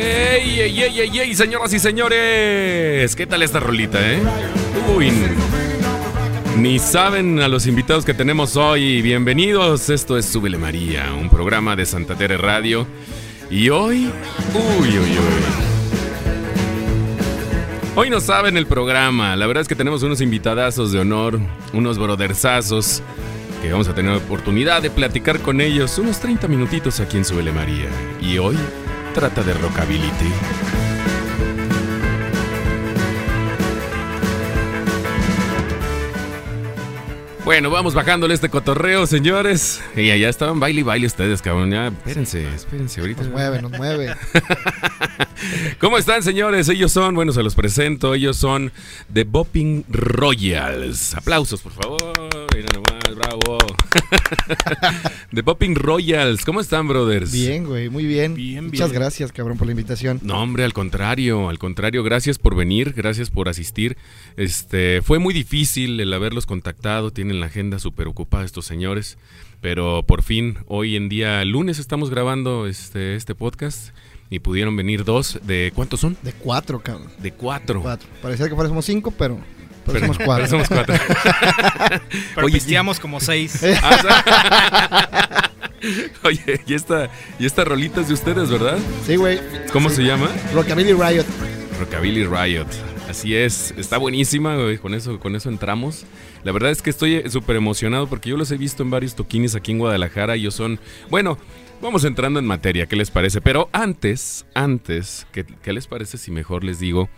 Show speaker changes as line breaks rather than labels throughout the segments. Yey, yey, yey, yey, señoras y señores. ¿Qué tal esta rolita, eh? Uy. Ni saben a los invitados que tenemos hoy. Bienvenidos. Esto es Súbele María, un programa de Santa Tere Radio. Y hoy. Uy, uy, uy. Hoy no saben el programa. La verdad es que tenemos unos invitadazos de honor, unos brothersazos, que vamos a tener oportunidad de platicar con ellos unos 30 minutitos aquí en Suele María. Y hoy trata de rockability. Bueno, vamos bajándole este cotorreo, señores. Y allá estaban baile y baile ustedes, cabrón. Ya, espérense, espérense, ahorita.
Nos Pues mueve, nos mueve.
¿Cómo están, señores? Ellos son, bueno, se los presento, ellos son The Bopping Royals. Aplausos, por favor. Mira nomás, bravo. The Bopping Royals. ¿Cómo están, brothers?
Bien, güey, muy bien. Muchas gracias, cabrón, por la invitación.
No, hombre, al contrario, al contrario, gracias por venir, gracias por asistir. Este, fue muy difícil el haberlos contactado, tienen la agenda súper ocupada estos señores, pero por fin, hoy en día, lunes estamos grabando este, este podcast y pudieron venir dos de ¿cuántos son?
De cuatro, cabrón.
De cuatro.
Cuatro. Parecía que parecemos cinco, pero. Pero,
Pero-
somos cuatro.
pero somos cuatro.
Pero
Oye,
pisteamos como seis.
Ah, o sea- Oye, y esta, y esta rolita es de ustedes, ¿verdad?
Sí, güey.
¿Cómo se llama?
Rockabilly Riot.
Rockabilly Riot. Así es, está buenísima, güey. Con eso, con eso entramos. La verdad es que estoy eh, súper emocionado porque yo los he visto en varios toquines aquí en Guadalajara. y Ellos son. Bueno, vamos entrando en materia, ¿qué les parece? Pero antes, antes, ¿qué, qué les parece si mejor les digo?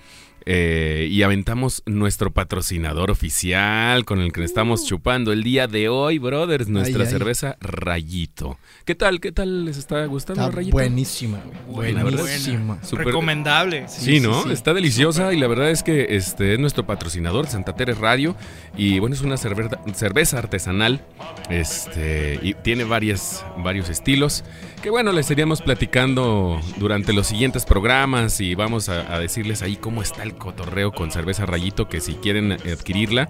eh, y aventamos nuestro patrocinador oficial con el que estamos chupando el día de hoy, brothers, nuestra
Uh. Ay, ay.
cerveza Rayito. ¿Qué tal? ¿qué tal les está gustando
Está
Rayito?
buenísima, güey.
Buena, ¿verdad?
Buenísima.
Súper-
Recomendable.
Sí,
Sí,
¿no?
sí, sí.
Está deliciosa y la verdad es que este es nuestro patrocinador, Santa Teres Radio. Y bueno, es una cerveza, cerveza artesanal. Este, y tiene varias, varios estilos. Que bueno, les estaríamos platicando durante los siguientes programas. Y vamos a, a decirles ahí cómo está el cotorreo con cerveza rayito. Que si quieren adquirirla,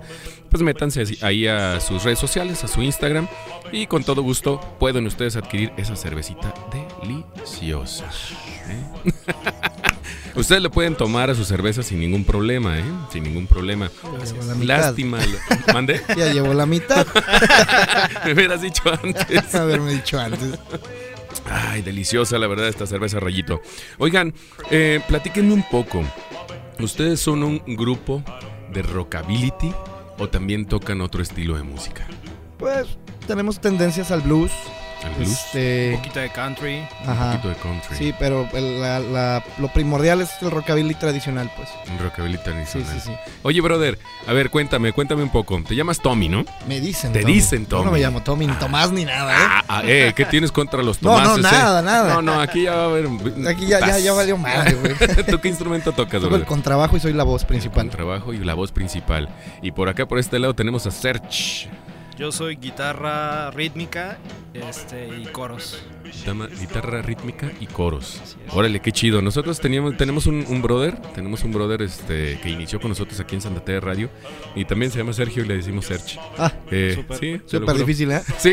pues métanse así- ahí a sus redes sociales, a su Instagram. Y con todo gusto pueden ustedes adquirir esa cervecita deliciosa. ¿eh? Ustedes le pueden tomar a su cerveza sin ningún problema, ¿eh? Sin ningún problema.
Llevo la mitad.
Lástima. lo- ¿Mandé?
Ya llevo la mitad.
Me hubieras dicho antes.
Haberme dicho antes.
Ay, deliciosa la verdad esta cerveza rayito. Oigan, eh, platíquenme un poco. ¿Ustedes son un grupo de rockability o también tocan otro estilo de música?
Pues tenemos tendencias al blues.
¿Al blues?
Un
Este.
poquito de country.
Un
Ajá.
poquito de country.
Sí, pero el- la- la- lo primordial es el rockabilly tradicional, pues.
Un rockabilly
Sí,
tradicional.
sí, sí.
Oye, brother, a ver, cuéntame, cuéntame un poco. Te llamas Tommy, ¿no?
Me dicen.
Te dicen,
Yo No
Tommy.
me llamo Tommy, ni Tomás, ni nada, ¿eh?
Ah, ah, eh, ¿qué tienes contra los
No,
tomates?
no,
eh?
nada, nada.
No, no, aquí ya va a haber.
Aquí ya, ya, ya valió madre, güey.
¿Tú qué instrumento tocas,
Toco el
brother?
contrabajo y soy la voz
Con
principal.
trabajo y la voz principal. Y por acá, por este lado, tenemos a Serge.
Yo soy guitarra rítmica este, y coros.
Dama- guitarra rítmica y coros.
Así es.
Órale, qué chido. Nosotros teníamos, tenemos un, un brother, tenemos un brother este, que inició con nosotros aquí en Santa Tere Radio. Y también se llama Sergio y le decimos Serge.
Ah,
Eh,
Súper.
sí, te lo
Súper
juro.
difícil, ¿eh?
Sí,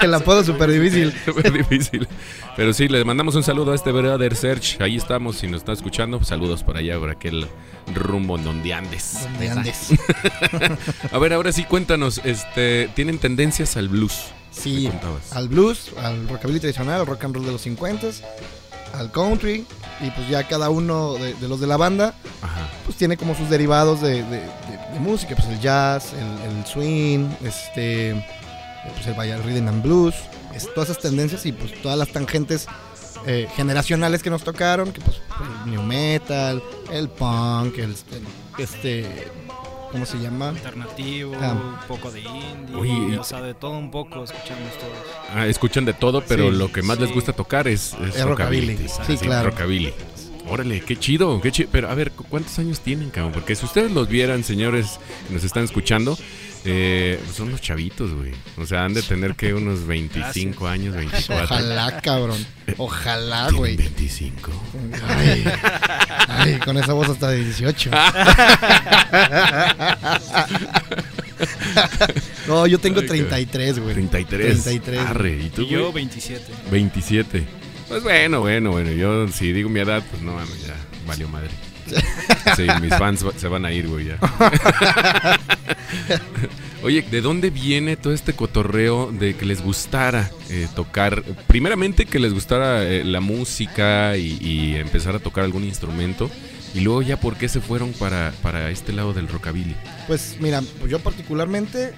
El apodo súper difícil.
súper difícil. Pero sí, le mandamos un saludo a este brother Serge. Ahí estamos, si nos está escuchando, saludos por allá, por aquel rumbo en donde andes.
Donde andes.
A ver, ahora sí, cuéntanos, este, ¿tienen tendencias al blues? Me
Sí,
contabas.
al blues, al rockabilly tradicional, al rock and roll de los 50 al country, y pues ya cada uno de, de los de la banda,
Ajá.
pues tiene como sus derivados de, de- de- de música, pues el jazz, el, el swing, este, eh, pues el, vaya, el rhythm and blues, es- todas esas tendencias y pues todas las tangentes eh, generacionales que nos tocaron, que pues el new metal, el punk, el, el- este, ¿cómo se llama?
Alternativo,
Ah.
un poco de indie.
Oye,
o sea, de todo un poco escuchamos todos.
Ah, escuchan de todo, pero
Sí,
lo que más
sí.
les gusta tocar es, es
Es rockabilly.
rockabilly.
Sí,
Ah,
claro.
Rockabilly. Órale, qué chido, qué chido. Pero a ver, ¿cu- ¿cuántos años tienen, cabrón? Porque si ustedes los vieran, señores, que nos están escuchando, eh, pues son los chavitos, güey. O sea, han de tener que unos 25 años, 24.
Ojalá, cabrón. Ojalá,
¿Tienen
güey.
25.
Ay, ay, con esa voz hasta de 18. No, yo tengo
Ay, cabrón.
33, güey.
33.
33.
Arre, ¿y tú,
Y yo,
güey?
27.
27. Pues bueno, bueno, bueno. Yo si digo mi edad, pues no mames, ya valió madre. Sí, mis fans va- se van a ir, güey, ya. Oye, ¿de dónde viene todo este cotorreo de que les gustara eh, tocar? Primeramente que les gustara eh, la música y, y empezar a tocar algún instrumento. Y luego ya, ¿por qué se fueron para, para este lado del rockabilly?
Pues mira, pues yo particularmente,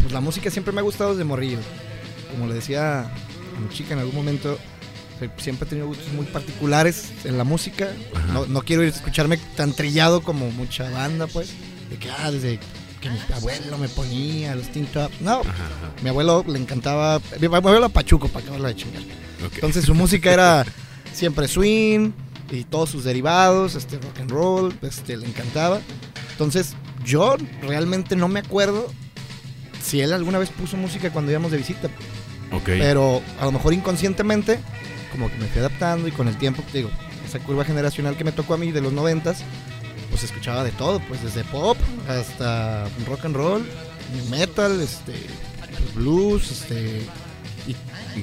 pues la música siempre me ha gustado desde morrillo. Como le decía a mi chica en algún momento, eh, siempre he tenido gustos muy particulares en la música.
Ajá.
No, no quiero ir a escucharme tan trillado como mucha banda, pues. De que, ah, desde que mi abuelo me ponía los Teen Tops. No,
Ajá, ajá.
mi abuelo le encantaba, mi abuelo era Pachuco, para acabarla de chingar.
Ok.
Entonces su música era siempre swing y todos sus derivados, este rock and roll, este le encantaba. Entonces yo realmente no me acuerdo si él alguna vez puso música cuando íbamos de visita,
ok.
pero a lo mejor inconscientemente como que me fui adaptando y con el tiempo, te digo, esa curva generacional que me tocó a mí de los noventas, pues escuchaba de todo, pues desde pop hasta rock and roll, metal, este blues, este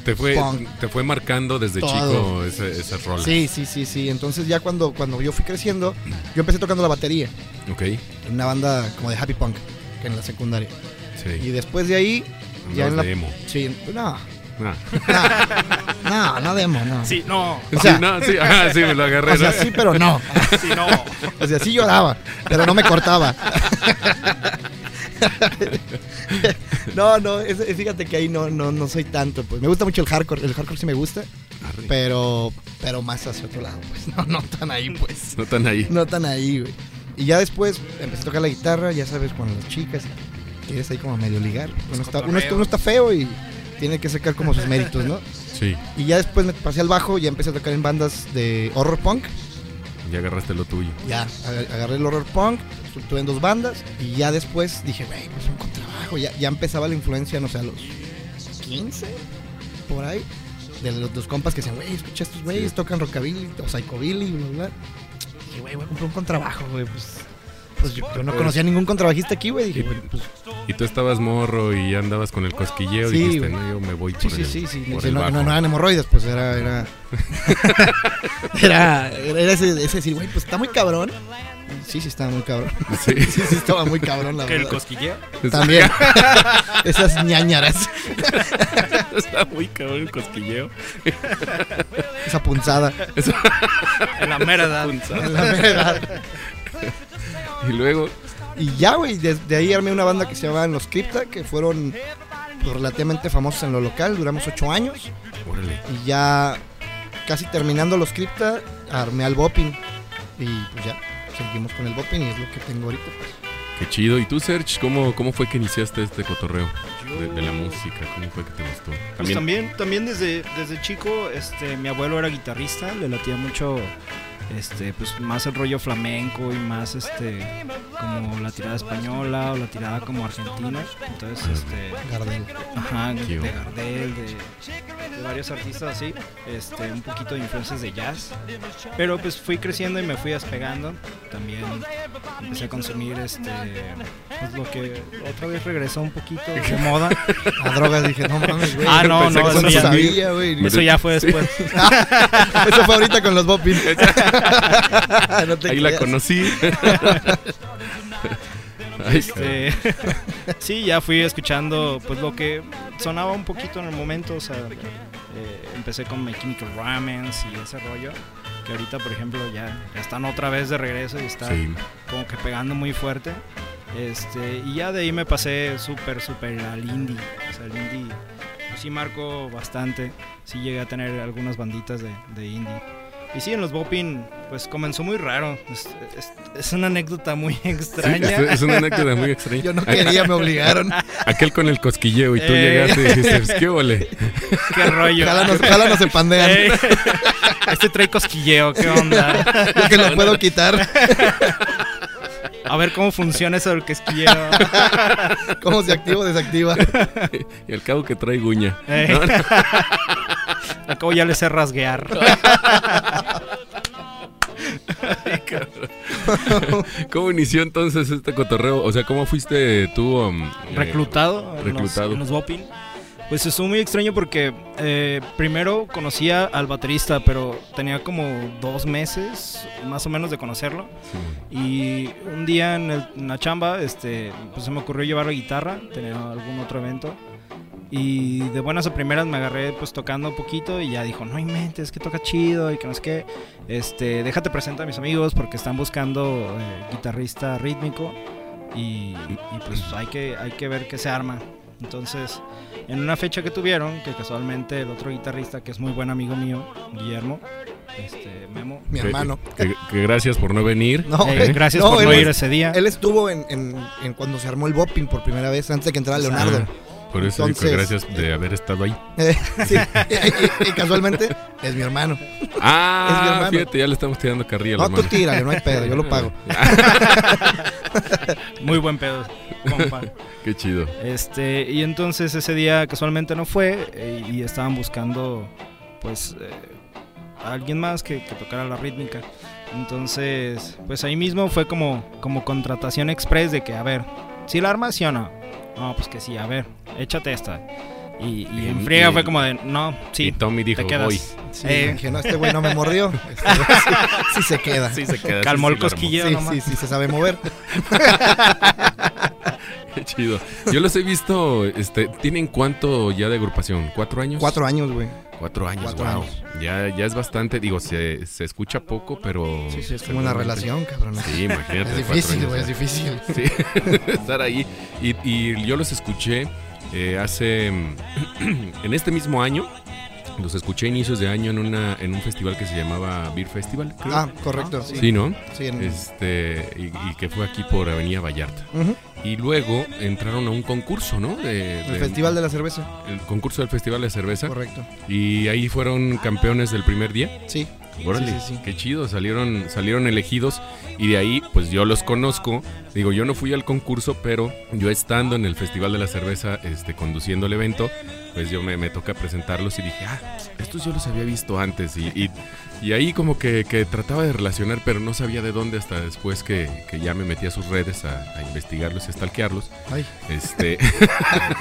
Te fue,
Punk.
te fue marcando desde
Todo.
chico esa, esa rola.
Sí, sí, sí, sí. Entonces ya cuando, cuando yo fui creciendo, yo empecé tocando la batería
Ok.
en una banda como de happy punk que en la secundaria. Y
Sí.
después de ahí, ya
Los
en la-
de emo.
sí, no,
Ah.
no, no demo, no.
Sí, no.
O sea-
sí, no, sí, ajá, sí, me lo agarré.
O sea,
¿no?
sí, pero no.
Sí, no.
O sea, sí lloraba, pero no me cortaba. No, no, es- es- fíjate que ahí no, no, no soy tanto. Pues me gusta mucho el hardcore, el hardcore sí me gusta,
Arre.
pero, pero más hacia otro lado, pues no, no tan ahí, pues.
No tan ahí.
no tan ahí, güey. Y ya después empecé a tocar la guitarra, ya sabes, con las chicas. Quieres ahí como medio ligar. Uno está, uno, está, uno está feo y tiene que sacar como sus méritos, ¿no?
Sí,
Y ya después me pasé al bajo y ya empecé a tocar en bandas de horror punk.
ya agarraste lo tuyo.
Ya, ag- agarré el horror punk, estuve en dos bandas. Y ya después dije, güey, pues un contrabajo. Ya, ya empezaba la influencia, no sé, a los 15, por ahí. De los dos compas que decían, güey, escucha estos güeyes,
Sí.
tocan rockabilly o psychobilly, bla, bla. Dije, güey, voy a comprar un contrabajo, güey, pues. Pues yo, yo no conocía a ningún contrabajista aquí, güey. Dije, güey, pues
Y tú estabas morro y andabas con el cosquilleo
Sí,
y dijiste,
güey.
no, yo me voy
Sí,
por
sí,
el,
sí, sí.
por
Sí,
el
no,
bajo".
no, no eran hemorroides, pues era. Era, era, era ese, ese decir, güey, pues está muy cabrón. Sí, sí, estaba muy cabrón.
Sí.
Sí, sí, estaba muy cabrón, la
Que el
verdad.
cosquilleo.
También. Esas ñañaras.
Está muy cabrón el cosquilleo.
Esa punzada.
En la mera edad.
La verdad.
Y luego,
Y ya, güey, desde ahí armé una banda que se llamaban Los Crypta, que fueron pues, relativamente famosos en lo local. Duramos ocho años.
órale.
Y ya, casi terminando Los Crypta, armé al Bopping. Y pues ya, seguimos con el Bopping y es lo que tengo ahorita.
Qué chido. ¿Y tú, Serge, cómo, cómo fue que iniciaste este cotorreo de, de la música? ¿Cómo fue que te gustó?
Pues también, también desde, desde chico, este, mi abuelo era guitarrista, le latía mucho, este, pues más el rollo flamenco y más, este, como la tirada española o la tirada como argentina. Entonces,
Ah.
este,
Gardel.
ajá,
Qué
de
bueno.
Gardel, de, de varios artistas así, este, un poquito de influencias de jazz. Pero pues fui creciendo y me fui despegando. También empecé a consumir, este, pues lo que otra vez regresó un poquito de moda.
A drogas dije, no mames, güey.
Ah, no,
Pensé
no,
que
Eso
eso
no
ya-
sabía, güey.
Me-
Eso
Eso ya fue después.
fue ahorita con los Bopin. no te
Ahí la
creas.
conocí. Ay, cabrón.
Este, sí, ya fui escuchando pues lo que sonaba un poquito en el momento, o sea, eh, empecé con My Chemical Ramens y ese rollo, que ahorita por ejemplo ya, ya están otra vez de regreso y está
Sí.
como que pegando muy fuerte. Este, y ya de ahí me pasé súper, súper al indie. O sea, el indie pues, sí marcó bastante. Sí llegué a tener algunas banditas de, de indie. Y sí, en los Bopin, pues comenzó muy raro. Es, es- es una anécdota muy extraña.
Sí, es, es una anécdota muy extraña.
Yo no quería, me obligaron.
Aquel con el cosquilleo y tú
Eh.
llegaste y dijiste, "Pues, ¿qué ole?
¿Qué rollo?
Jálanos, jálanos se pandean.
Ey, este trae cosquilleo, ¿qué onda?
Yo que lo puedo quitar.
A ver cómo funciona eso del cosquilleo.
¿Cómo se activa o desactiva?
Y al cabo que trae guña.
Ey. Acabo ya le sé rasguear.
¿Cómo inició entonces este cotorreo? O sea, ¿cómo fuiste tú? um, eh,
reclutado, en los-
Reclutado.
en los Bopin. Pues estuvo muy extraño porque eh, primero conocía al baterista, pero tenía como dos meses más o menos de conocerlo. Y un día en, el- en la chamba, este, pues se me ocurrió llevar la guitarra, tenía algún otro evento. Y de buenas a primeras me agarré pues tocando un poquito y ya dijo, no inventes, que toca chido y que no es que, este, déjate presentar a mis amigos porque están buscando eh, guitarrista rítmico y, y, pues hay que, hay que ver qué se arma. Entonces, en una fecha que tuvieron, que casualmente el otro guitarrista que es muy buen amigo mío, Guillermo, este, Memo,
Mi
Que-
hermano.
Que, que gracias por no venir.
No,
eh,
eh,
gracias
no,
por
él
no
es-
ir ese día.
Él estuvo en, en- en cuando se armó el bopping por primera vez, antes de que entrara Leonardo.
Por eso digo que
Entonces- eh,
gracias de haber estado ahí.
Sí, y, y- y casualmente es mi hermano. Es mi
Ah,
hermano.
fíjate, ya le estamos tirando carrilla al
No, tú
hermano.
tírale, no hay pedo, yo lo pago.
Ah,
Muy buen pedo, compa.
Qué chido.
Este, y entonces ese día casualmente no fue eh, y estaban buscando pues eh, a alguien más que, que tocara la rítmica. Entonces, pues ahí mismo fue como, como contratación express de que, a ver, si la armas sí o no? No, pues que sí, a ver, échate esta. Y, y en
Y-
friega
y-
fue como de, no,
y
sí,
Tommy dijo,
te quedas.
voy.
Sí,
Eh,
dije, no, este güey no me mordió. Este güey sí, sí se queda. Sí,
Sí, se queda.
calmó
sí,
el
sí lo armó.
cosquilleo
sí,
nomás. Pues,
sí, se sabe mover.
Qué chido. Yo los he visto, este, ¿tienen cuánto ya de agrupación? ¿Cuatro años?
Cuatro años, güey.
Cuatro años,
Cuatro
wow.
años.
Ya, ya es bastante, digo, se, se escucha poco, pero...
Sí, sí, es como una relación, cabrón.
Sí, imagínate.
Es
cuatro
difícil,
años,
güey, es
ya.
difícil.
Sí, estar ahí. Y, y yo los escuché eh, hace. mm, en este mismo año. Los escuché a inicios de año en, una, en un festival que se llamaba Beer Festival. creo.
Ah, correcto.
sí.
Sí, Mm.
¿no?
sí, en-
Este, y, y que fue aquí por Avenida Vallarta.
Ujú,
Y luego entraron a un concurso, ¿no? De-
El
de-
Festival de la Cerveza.
El concurso del Festival de Cerveza.
Correcto.
Y ahí fueron campeones del primer día.
Sí.
Órale,
Sí, sí, sí.
qué chido, salieron, salieron elegidos y de ahí pues yo los conozco. Digo, yo no fui al concurso, pero yo estando en el Festival de la Cerveza, este, conduciendo el evento, pues yo me, me toca presentarlos y dije, ah, estos yo los había visto antes y, y, y ahí como que, que trataba de relacionar, pero no sabía de dónde hasta después que, que ya me metí a sus redes a, a investigarlos y a stalkearlos.
Ay,
Este,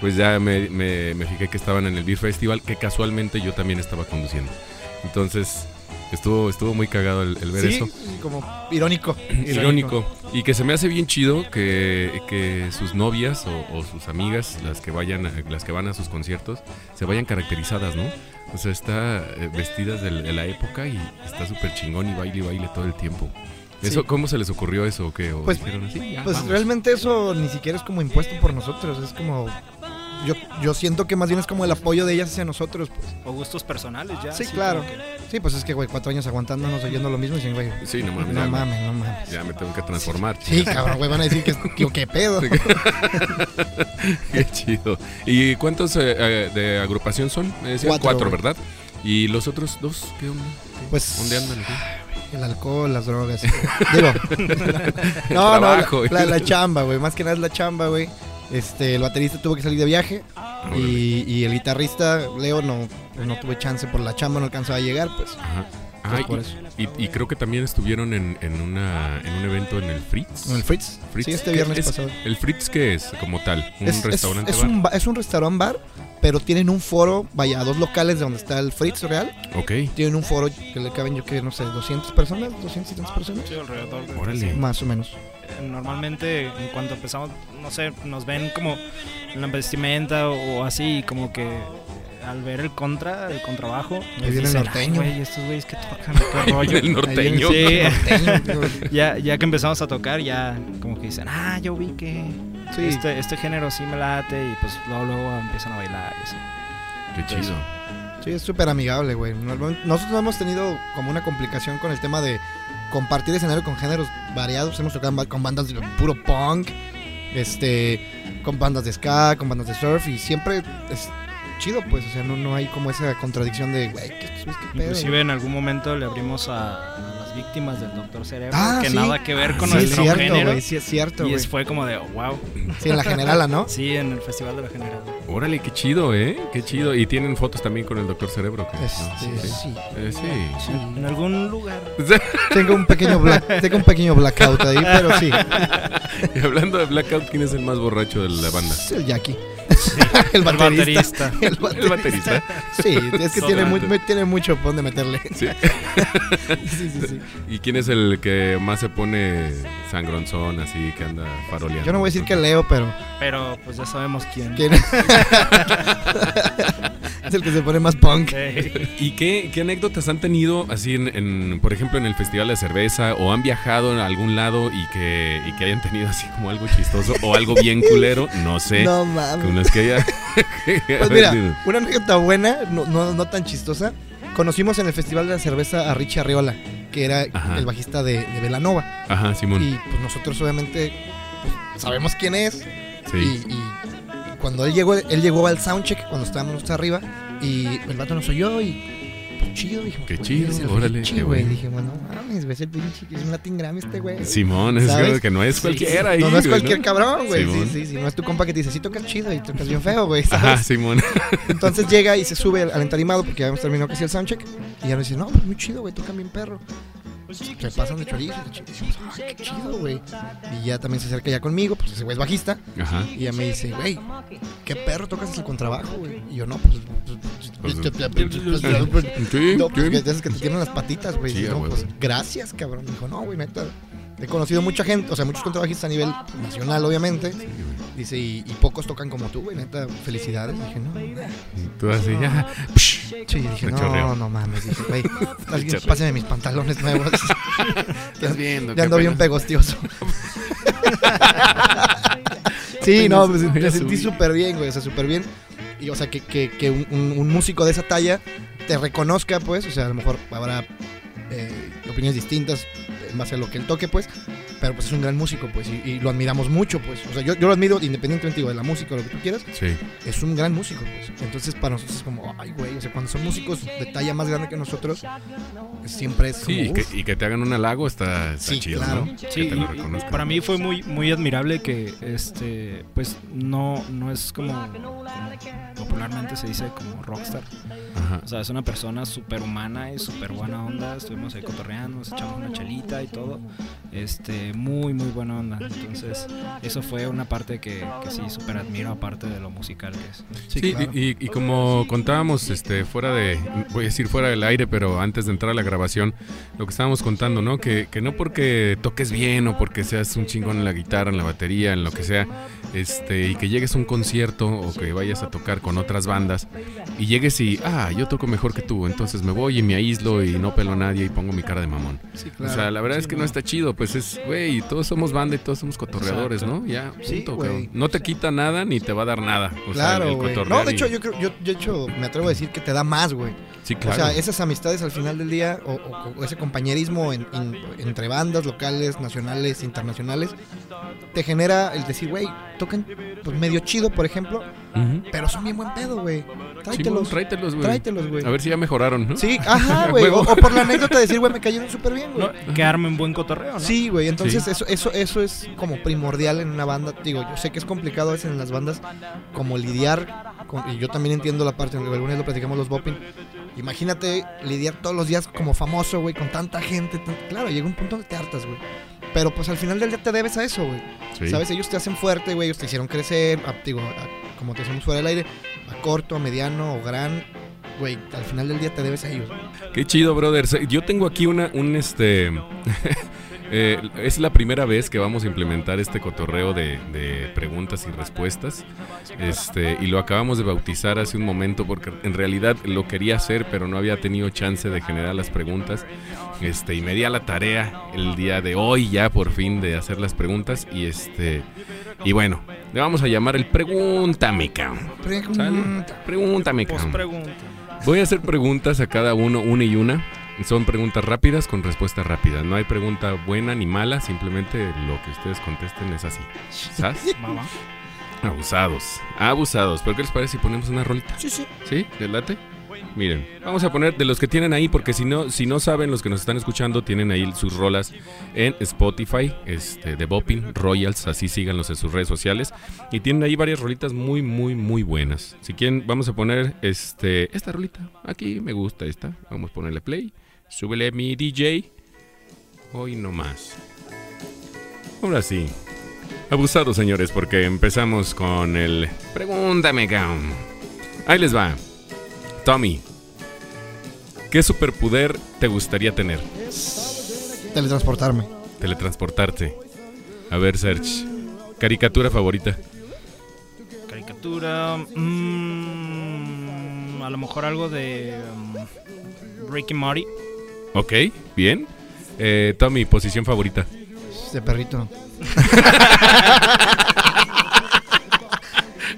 pues ya me, me- me fijé que estaban en el Beer Festival, que casualmente yo también estaba conduciendo. Entonces, estuvo, estuvo muy cagado el, el ver
sí,
esto.
y como irónico.
Irónico. Y que se me hace bien chido que, que sus novias o, o sus amigas, las que vayan a- las que van a sus conciertos, se vayan caracterizadas, ¿no? O sea, está eh, vestidas del- de, la época y está súper chingón y baile y baile todo el tiempo. Eso,
Sí.
¿Cómo se les ocurrió eso? ¿O qué? ¿O
Pues-
dijeron así? Ya,
Pues
vamos"?
realmente eso ni siquiera es como impuesto por nosotros, es como... Yo, yo siento que más bien es como el apoyo de ellas hacia nosotros, pues.
O gustos personales ya.
Sí, claro.
como que-
Sí, pues es que, güey, cuatro años aguantándonos oyendo lo mismo y dicen, güey,
Sí, no mames.
no
ya,
mames, no mames.
ya me tengo que transformar.
Sí, cabrón, güey, van a decir que, que qué pedo.
Qué chido. ¿Y cuántos eh, eh, de agrupación son? Me decían
Cuatro,
cuatro,
güey.
¿verdad? ¿Y los otros dos? ¿Qué onda?
Pues-
¿Dónde andan?
El alcohol, las drogas. Digo, no, no, la-
trabajo,
la,
güey.
la chamba, güey, más que nada es la chamba, güey. Este, el baterista tuvo que salir de viaje
Ah,
y, y el guitarrista, Leo, no, pues, no tuve chance por la chamba, no alcanzó a llegar, pues.
Ajá. Ah,
Entonces,
y,
por eso.
y- y creo que también estuvieron en, en una, en un evento en el Fritz.
Con el Fritz.
Fritz,
Sí, este
¿qué
viernes
es?
pasado.
¿El Fritz qué es como tal? ¿Un
Es- es-
restaurante
es,
bar?
un ba- es un restaurante bar, pero tienen un foro, vaya, dos locales de donde está el Fritz Real.
Ok,
Tienen un foro que le caben, yo que no sé, 200 personas, 200 y tantas personas.
Sí, alrededor de-
órale.
Más o menos.
normalmente en cuanto empezamos, no sé, nos ven como en la vestimenta o, o así, y como que al ver el contra, el contrabajo, nos
viene el
dicen,
norteño.
"Ah, güey, estos güeyes que tocan, qué rollo".
El norteño.
Ahí viene- sí.
Norteño, digo,
Ya, ya que empezamos a tocar, ya como que dicen, ah, yo vi que
sí.
este, este género sí me late y pues luego, luego empiezan a bailar. y así.
Qué chido.
Sí, es súper amigable, güey. Normalmente- Nosotros no hemos tenido como una complicación con el tema de compartir escenario con géneros variados. Hemos tocado en ba- con bandas de puro punk, este, con bandas de ska, con bandas de surf y siempre es chido, pues. O sea, no, no hay como esa contradicción de, güey, ¿qué, qué pedo?
Inclusive en algún momento le abrimos a, a las víctimas del Doctor Cerebro,
Ah,
que
sí.
nada que ver con
sí, es
nuestro
cierto,
género.
güey. Sí, es cierto,
y
güey.
es- fue como de, wow.
Sí, en la generala, ¿no?
Sí, en el Festival de la General.
Órale, qué chido, ¿eh? Qué chido. Y tienen fotos también con el Doctor Cerebro. que- ¿no?
Este,
Sí.
sí.
Eh, sí.
sí.
En algún lugar.
Tengo un pequeño black, tengo un pequeño blackout ahí, pero sí.
Y hablando de Blackout, ¿quién es el más borracho de la banda?
Es el Jackie. el
El
baterista.
baterista.
El
El
baterista.
baterista.
Sí, es que tiene, muy-
Sobrante.
muy- tiene mucho pon de meterle.
Sí.
Sí, sí, sí.
¿Y quién es el que más se pone sangronzón, así que anda faroleando?
Yo no voy a decir que Leo, pero
Pero pues ya sabemos quién.
¿quién? es el que se pone más punk.
Sí.
¿Y qué, qué anécdotas han tenido así, en, en, por ejemplo, en el Festival de Cerveza? ¿O han viajado a algún lado y que, y que hayan tenido así como algo chistoso o algo bien culero? No sé.
No
Con
mames.
las que haya... que
Pues
haber tenido.
mira, una anécdota buena, no, no, no tan chistosa. Conocimos en el Festival de la Cerveza a Richie Arriola, que era
Ajá.
el bajista de, de Velanova.
Ajá, Simón.
Y pues nosotros obviamente pues, sabemos quién es.
sí.
Y, y cuando él llegó, él llegó al soundcheck cuando estábamos nosotros arriba y el vato nos oyó y pues chido, dije,
Qué
"Güey,
chido,
es el
órale,
Richie,
qué
güey.
bueno.
Dije, bueno, mames, güey, es el pinche, es un Latin Grammy este güey.
Simón, es
¿Sabes?
algo que no es cualquiera. ahí,
No, no es
güey,
cualquier cabrón, güey. Sí,
Simón.
sí, sí. No es tu compa que te dice, sí tocas chido y tocas bien feo, güey.
Ajá,
¿sabes?
Simón.
Entonces llega y se sube al, al entarimado porque ya hemos terminado casi el soundcheck. Y ya nos dice, no, pues muy chido, güey, tocan bien perro. Se pasan de chorizo. y ch- Decimos, ah, qué chido, güey. Y ya también se acerca ya conmigo, pues ese güey es bajista.
Ajá.
Y ya me dice, güey, ¿qué perro tocas el contrabajo, güey? Y yo, no, pues... pues, pues,
Sí,
No, pues
sí.
que de esas que te tienen las patitas, güey.
Sí,
Y yo,
a
no,
huevo.
pues gracias, cabrón. Dijo, no, güey, neta. He conocido mucha gente, o sea, muchos contrabajistas a nivel nacional, obviamente. Dice, y, y pocos tocan como tú, güey, neta. Felicidades. Dije, no.
Y Tú así, ya. psh,
Sí, dije,
Me
no,
chorreó.
no mames. Dije, güey, alguien
chorreó.
pásame mis pantalones nuevos.
Estás viendo.
Ya ando bien pegostioso. sí, no, pues, me sentí súper bien, güey. O sea, súper bien. Y, o sea, que, que, que un, un- un músico de esa talla te reconozca, pues. O sea, a lo mejor habrá eh, opiniones distintas en base a lo que él toque, pues. Pero pues es un gran músico, pues. Y, y lo admiramos mucho, pues. O sea, yo, yo lo admiro independientemente digo, de la música o lo que tú quieras.
Sí.
Es un gran músico, pues. Entonces, para nosotros es como, ay, güey. O sea, cuando son músicos de talla más grande que nosotros, siempre es
Sí,
como.
y que,
"Uf".
y que te hagan un halago está, está
Sí,
chido,
claro.
¿no? que
Sí,
te
y-
lo
y
reconozcan.
para mí fue muy muy admirable que este pues no no es como, como popularmente se dice como rockstar.
Ajá.
O sea, es una persona súper humana y súper buena onda. Estuvimos ahí cotorreando, nos echamos una chelita y todo. Este, muy, muy buena onda. Entonces, eso fue una parte que, que sí, súper admiro, aparte de lo musical que es.
Sí,
Sí, claro.
y, y- y como contábamos este, fuera de, voy a decir fuera del aire, pero antes de entrar a la grabación, lo que estábamos contando, ¿no? Que, que no porque toques bien o porque seas un chingón en la guitarra, en la batería, en lo que sea, este, y que llegues a un concierto o que vayas a tocar con otras bandas y llegues y, ah, yo toco mejor que tú, entonces me voy y me aíslo y no pelo a nadie y pongo mi cara de mamón.
Sí,
O sea, la verdad
Sí,
es que no.
no.
está chido, pues es, güey, todos somos banda y todos somos cotorreadores,
Exacto.
¿no? Ya,
Sí,
punto,
güey.
cabrón. No te quita nada ni te va a dar nada. O sea, el
Claro, güey. No,
cotorrear
de
y-
hecho, yo creo, yo, yo de hecho, me atrevo a decir que te da más, güey.
Sí, claro.
O sea, esas amistades al final del día, o, o- o ese compañerismo en- en- entre bandas locales, nacionales, internacionales, te genera el decir, güey, tocan pues, medio chido, por ejemplo,
Ujú.
pero son bien buen pedo, güey.
Chingón,
Tráetelos,
tráetelos, güey.
tráetelos, güey.
A ver si ya mejoraron, ¿no?
Sí, ajá, güey. O, o por la anécdota decir, güey, me cayeron súper bien, güey.
No, que armen buen cotorreo, ¿no?
Sí, güey, entonces Eso, eso, eso es como primordial en una banda. Digo, yo sé que es complicado a veces en las bandas como lidiar, con- y yo también entiendo la parte, alguna vez lo platicamos los Bopping. Imagínate lidiar todos los días como famoso, güey, con tanta gente. tan- Claro, llega un punto donde te hartas, güey. Pero pues al final del día te debes a eso, güey.
Sí.
¿Sabes? Ellos te hacen fuerte, güey, ellos te hicieron crecer, a- digo, a- como te decimos fuera del aire, a corto, a mediano o gran, güey, al final del día te debes a ellos.
Qué chido, brother. Se- Yo tengo aquí una, un este. eh, es la primera vez que vamos a implementar este cotorreo de, de preguntas y respuestas. Este, y lo acabamos de bautizar hace un momento porque en realidad lo quería hacer, pero no había tenido chance de generar las preguntas. Este, y me di a la tarea el día de hoy ya por fin de hacer las preguntas. Y este. Y bueno, le vamos a llamar el Pregúntame, cabrón.
Pregunta.
Pregúntame,
Pues
cabrón.
pregunta.
Voy a hacer preguntas a cada uno, una y una. Son preguntas rápidas con respuesta rápida. No hay pregunta buena ni mala, simplemente lo que ustedes contesten es así. ¿Sas?
Mamá.
Abusados. Abusados. ¿Pero qué les parece si ponemos una rolita?
Sí, sí.
¿Sí? ¿Les late? Miren, vamos a poner de los que tienen ahí, porque si no, si no saben, los que nos están escuchando tienen ahí sus rolas en Spotify, este, de Bopping Royals, así síganlos en sus redes sociales. Y tienen ahí varias rolitas muy, muy, muy buenas. Si quieren, vamos a poner este, esta rolita. Aquí me gusta esta. Vamos a ponerle play. Súbele mi DJ. Hoy no más. Ahora sí. Abusados, señores, porque empezamos con el Pregúntame, Cam. Ahí les va. Tommy, ¿qué superpoder te gustaría tener?
Teletransportarme.
Teletransportarte. A ver, Serge. Caricatura favorita.
Caricatura. mm, a lo mejor algo de. mm, Ricky Marty.
Ok, bien. Eh, Tommy, posición favorita.
De perrito.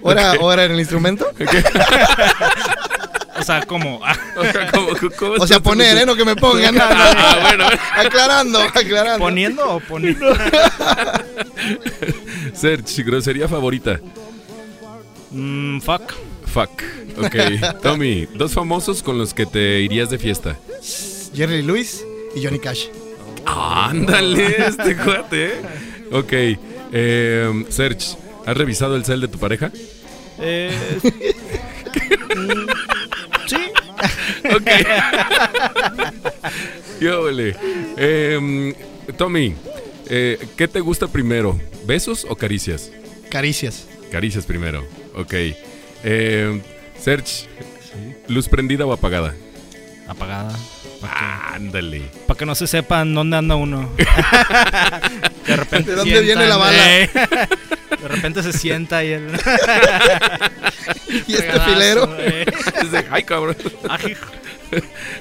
¿Hora, ¿Hora en el instrumento?
Pues O sea, como. ah,
O sea, ¿cómo- cómo
O sea,
estás?
poner, ¿eh? No que me pongan. no, no.
Ah, bueno.
Aclarando, aclarando.
¿Poniendo o poniendo?
Serge, grosería favorita.
Mm, fuck.
Fuck. Ok. Tommy, dos famosos con los que te irías de fiesta.
Jerry Lewis y Johnny Cash.
Ándale, este cuate. ¿eh? Ok. eh, Serge, ¿has revisado el cel de tu pareja?
Eh, mm, sí.
Ok. Yo, ole. Eh, Tommy, eh, ¿qué te gusta primero? ¿Besos o caricias?
Caricias.
Caricias primero. Ok. Eh, Serge, ¿luz prendida o apagada?
Apagada.
Ándale.
Para que no se sepan dónde anda uno. De repente.
¿De dónde viene la bala?
eh, De repente se sienta y el.
Y este filero. Ah,
eh.
Ay, cabrón.
Ají.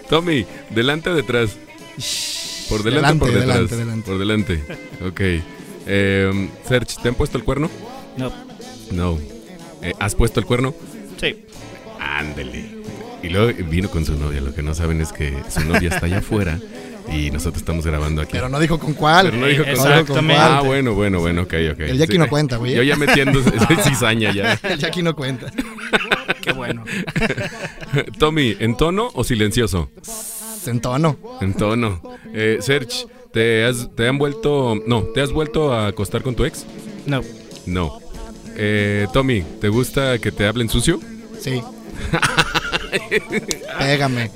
Tommy, delante o detrás. Por delante, o por detrás.
Delante, delante.
Por delante. Ok. Eh, Serge, ¿te han puesto el cuerno?
No.
No. Eh, ¿Has puesto el cuerno?
Sí.
Ándele. Y luego vino con su novia. Lo que no saben es que su novia está allá afuera y nosotros estamos grabando aquí.
Pero no dijo con cuál.
Pero no dijo con-
Exactamente.
ah, bueno, bueno, bueno, ok, ok.
El Jackie
Sí.
no cuenta, güey.
Yo ya metiendo cizaña ya.
El Jackie no cuenta.
Qué bueno.
Tommy, ¿en tono o silencioso?
En tono.
En tono. Eh, Serge, ¿te, has, ¿te han vuelto... No, ¿te has vuelto a acostar con tu ex?
No.
No. Eh, Tommy, ¿te gusta que te hablen sucio?
Sí. Pégame.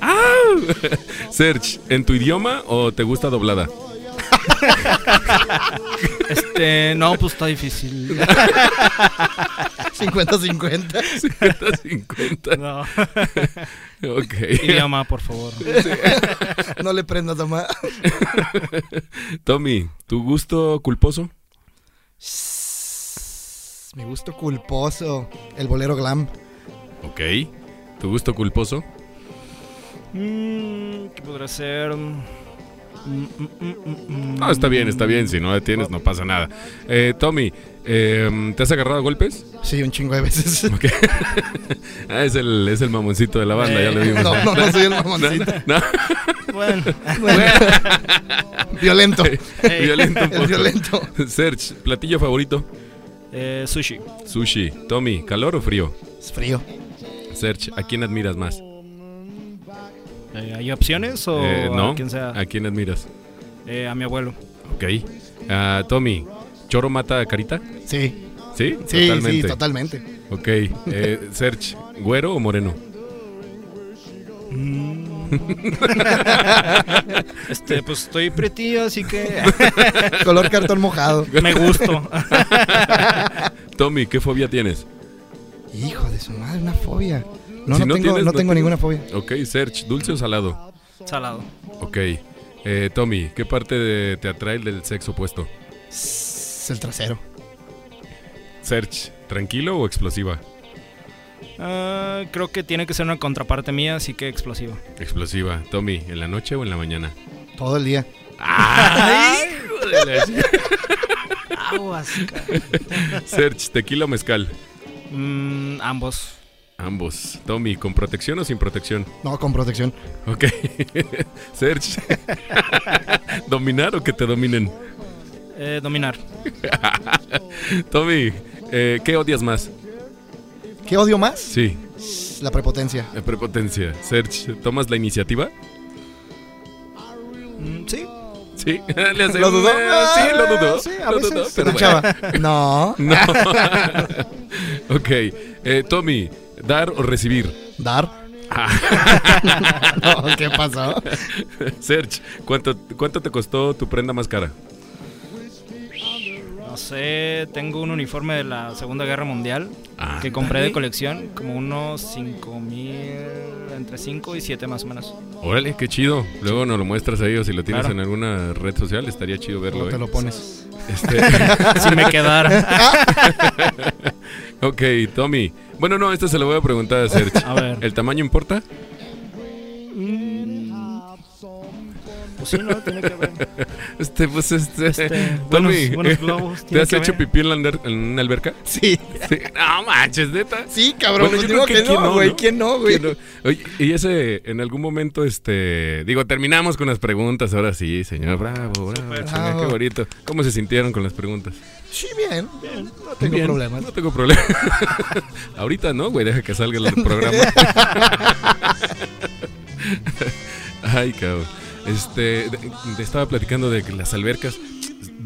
Serge, ¿en tu idioma o te gusta doblada?
Este, no, pues está difícil.
50-50.
50-50.
No.
Ok.
Idioma, por favor.
No le prendas nomás.
Tommy, ¿tu gusto culposo?
Mi gusto culposo. El bolero glam.
Ok. ¿Tu gusto culposo?
Mm, ¿Qué podrá ser? Mm, mm, mm, mm, mm.
No, Ah, está bien, está bien. Si no la tienes, no pasa nada. Eh, Tommy, eh, ¿te has agarrado a golpes?
Sí, un chingo de veces.
Ok. Ah, es, el, es el mamoncito de la banda, ya lo vimos.
No, no, no soy el mamoncito.
No,
Bueno.
Violento.
Ey.
violento un
El
poco.
violento.
Serge, ¿platillo favorito?
Eh, sushi.
Sushi. Tommy, ¿calor o frío?
Es frío.
Serge, ¿a quién admiras más?
Eh, ¿Hay opciones o
Eh,
a quien sea?
¿A quién admiras?
Eh, a mi abuelo.
Ok. Ah, Tommy, ¿choro mata a carita?
Sí.
Sí,
Sí,
totalmente.
sí, totalmente.
Ok. Eh, Serge, ¿güero o moreno?
Este, pues estoy pretillo, así que
Color cartón mojado.
me gusto.
Tommy, ¿qué fobia tienes?
Hijo de su madre, una fobia. No,
Si
no,
no
tengo,
tienes,
no
no
tengo
tienes.
ninguna fobia.
Ok, Serge, ¿dulce o salado?
Salado.
Ok. Eh, Tommy, ¿qué parte de- te atrae del sexo opuesto?
Es el trasero.
Serge, ¿tranquilo o explosiva?
Ah, creo que tiene que ser una contraparte mía, así que explosivo.
Explosiva. Tommy, ¿en la noche o en la mañana?
Todo el día.
¡Ay, hijo de la ch-
Aguas.
Serge, ¿tequila o mezcal?
Mm, ambos.
Ambos. Tommy, ¿con protección o sin protección?
No, con protección.
Ok. Serge, ¿dominar o que te dominen?
Eh, dominar.
Tommy, eh, ¿qué odias más?
¿Qué odio más?
Sí,
La prepotencia.
la prepotencia. Serge, ¿tomas la iniciativa?
Mm, sí.
Sí, le hace-
¿Lo dudó? Ah,
Sí, lo dudó.
Sí, a
lo
veces
dudó,
se
pero bueno.
escuchaba. No.
No. ok. eh, Tommy, ¿dar o recibir?
Dar.
Ah,
No, ¿Qué pasó?
Serge, ¿cuánto, ¿cuánto te costó tu prenda más cara?
No sé, tengo un uniforme de la Segunda Guerra Mundial
Ah,
que compré de colección, como unos 5 mil, entre 5 y 7 más o menos.
órale, qué chido. Luego nos lo muestras ahí o si lo tienes
Claro.
en alguna red social, estaría chido verlo.
Luego te
¿eh?
lo pones.
Este,
si me quedara.
ok, Tommy. Bueno, no, esto se lo voy a preguntar a Serge.
A ver.
¿El tamaño importa?
Pues sí, no, tiene que ver.
Este, pues este.
Este,
Tommy,
buenos, buenos globos.
¿te
tiene
has
que
hecho
ver.
pipí en, la ander- en una alberca?
Sí,
Sí. No manches, neta.
sí, cabrón.
Bueno,
pues
yo
digo
creo que
que
quién no,
no, güey.
¿no?
¿Quién no, güey?
Que no- Oye, y ese, en algún momento, este. Digo, terminamos con las preguntas. Ahora sí, señor. Bravo, bravo.
Súper.
chinga, Qué
Bravo.
bonito. ¿Cómo se sintieron con las preguntas?
Sí, bien. No tengo
Bien,
problemas.
No tengo problema. Ahorita no, güey, deja que salga el programa. Ay, cabrón. Este, de- te estaba platicando de que las albercas.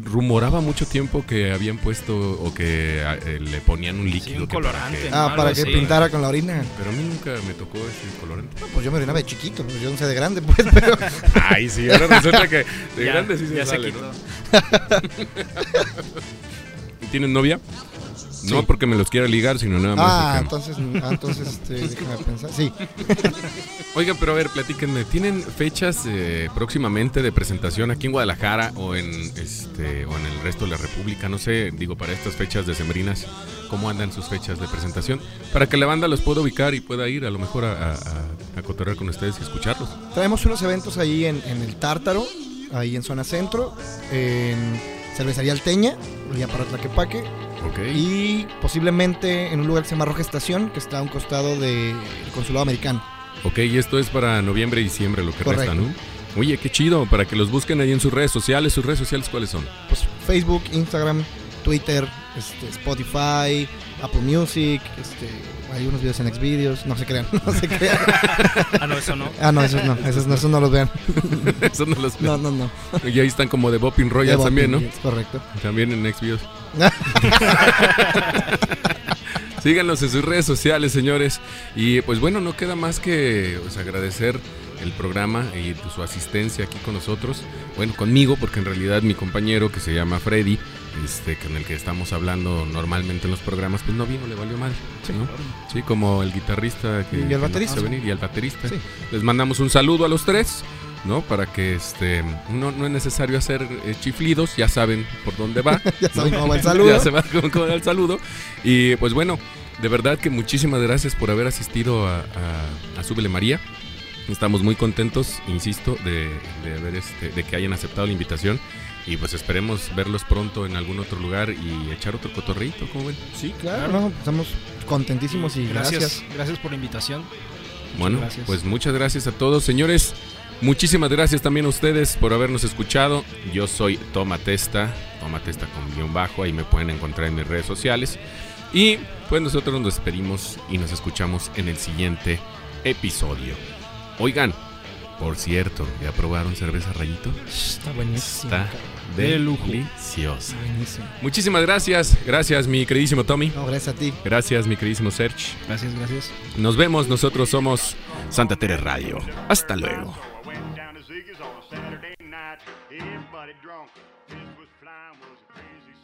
Rumoraba mucho tiempo que habían puesto o que a- eh, le ponían un líquido.
un
que para
colorante,
que-
¿no?
Ah,
Algo
para que
así.
pintara con la orina.
Pero a mí nunca me tocó ese colorante.
No, pues yo me orinaba de chiquito, pues yo no sé de grande, pues, pero.
Ay, sí, ahora resulta que de
Ya,
grande sí se
ya
sale,
quitó.
¿no? ¿Tienes novia? No porque me los quiera ligar, sino nada más.
Ah,
porque-
entonces, ah, entonces, este, déjame pensar. Sí,
Oigan, pero a ver, platíquenme, ¿tienen fechas eh, próximamente de presentación aquí en Guadalajara o en este o en el resto de la República? No sé, digo, para estas fechas decembrinas, ¿cómo andan sus fechas de presentación? Para que la banda los pueda ubicar y pueda ir a lo mejor a, a, a- a cotorrear con ustedes y escucharlos.
traemos unos eventos ahí en, en el Tártaro, ahí en zona centro, en Cervecería Alteña, allá para Tlaquepaque,
Ok.
y posiblemente en un lugar que se llama Roja Estación, que está a un costado del consulado americano.
Ok, y esto es para noviembre y diciembre lo que resta,
Correcto.
¿no? Oye, qué chido, para que los busquen ahí en sus redes sociales. ¿Sus redes sociales cuáles son?
Pues Facebook, Instagram, Twitter, este, Spotify, Apple Music, este, hay unos videos en Xvideos, no se crean, no se crean.
Ah, no, eso no.
Ah, no, esos no, esos no, esos no los vean.
Eso no los
No, no, no.
Y ahí están como de Bopping Royal
Devil
también, ¿no?
Yes, correcto.
También en Xvideos. Síganos en sus redes sociales, señores. Y pues bueno, no queda más que pues, agradecer el programa y pues, su asistencia aquí con nosotros. Bueno, conmigo, porque en realidad mi compañero que se llama Freddy, este, con el que estamos hablando normalmente en los programas, pues no vino, le valió mal. Sí, sí como el guitarrista que,
Y el
que no
baterista.
quiso venir, y el baterista.
Sí.
Les mandamos un saludo a los tres. ¿no? Para que este no, no es necesario hacer eh, chiflidos, ya saben por dónde va.
Ya saben cómo va el
Ya
saludo.
se va con, con el saludo. Y pues bueno, de verdad que muchísimas gracias por haber asistido a, a, a Súbele María. Estamos muy contentos, insisto, de, de haber este, de que hayan aceptado la invitación. Y pues esperemos verlos pronto en algún otro lugar y echar otro cotorrito, ¿cómo ven?
Sí, claro. No, estamos contentísimos y gracias.
gracias. Gracias por la invitación.
Bueno,
gracias.
pues muchas gracias a todos, señores. Muchísimas gracias también a ustedes por habernos escuchado. Yo soy Toma Testa, Toma Testa con guión bajo, ahí me pueden encontrar en mis redes sociales. Y pues nosotros nos despedimos y nos escuchamos en el siguiente episodio. Oigan, por cierto, ¿ya probaron cerveza rayito?
Está buenísimo.
Está
De lujo.
deliciosa.
buenísimo.
Muchísimas gracias, gracias mi queridísimo Tommy,
No, gracias a ti.
gracias mi queridísimo Serge.
Gracias, gracias.
Nos vemos, nosotros somos Santa Tere Radio. Hasta luego.
I went down to Ziggy's on a Saturday night. Everybody drunk. This was flying was a crazy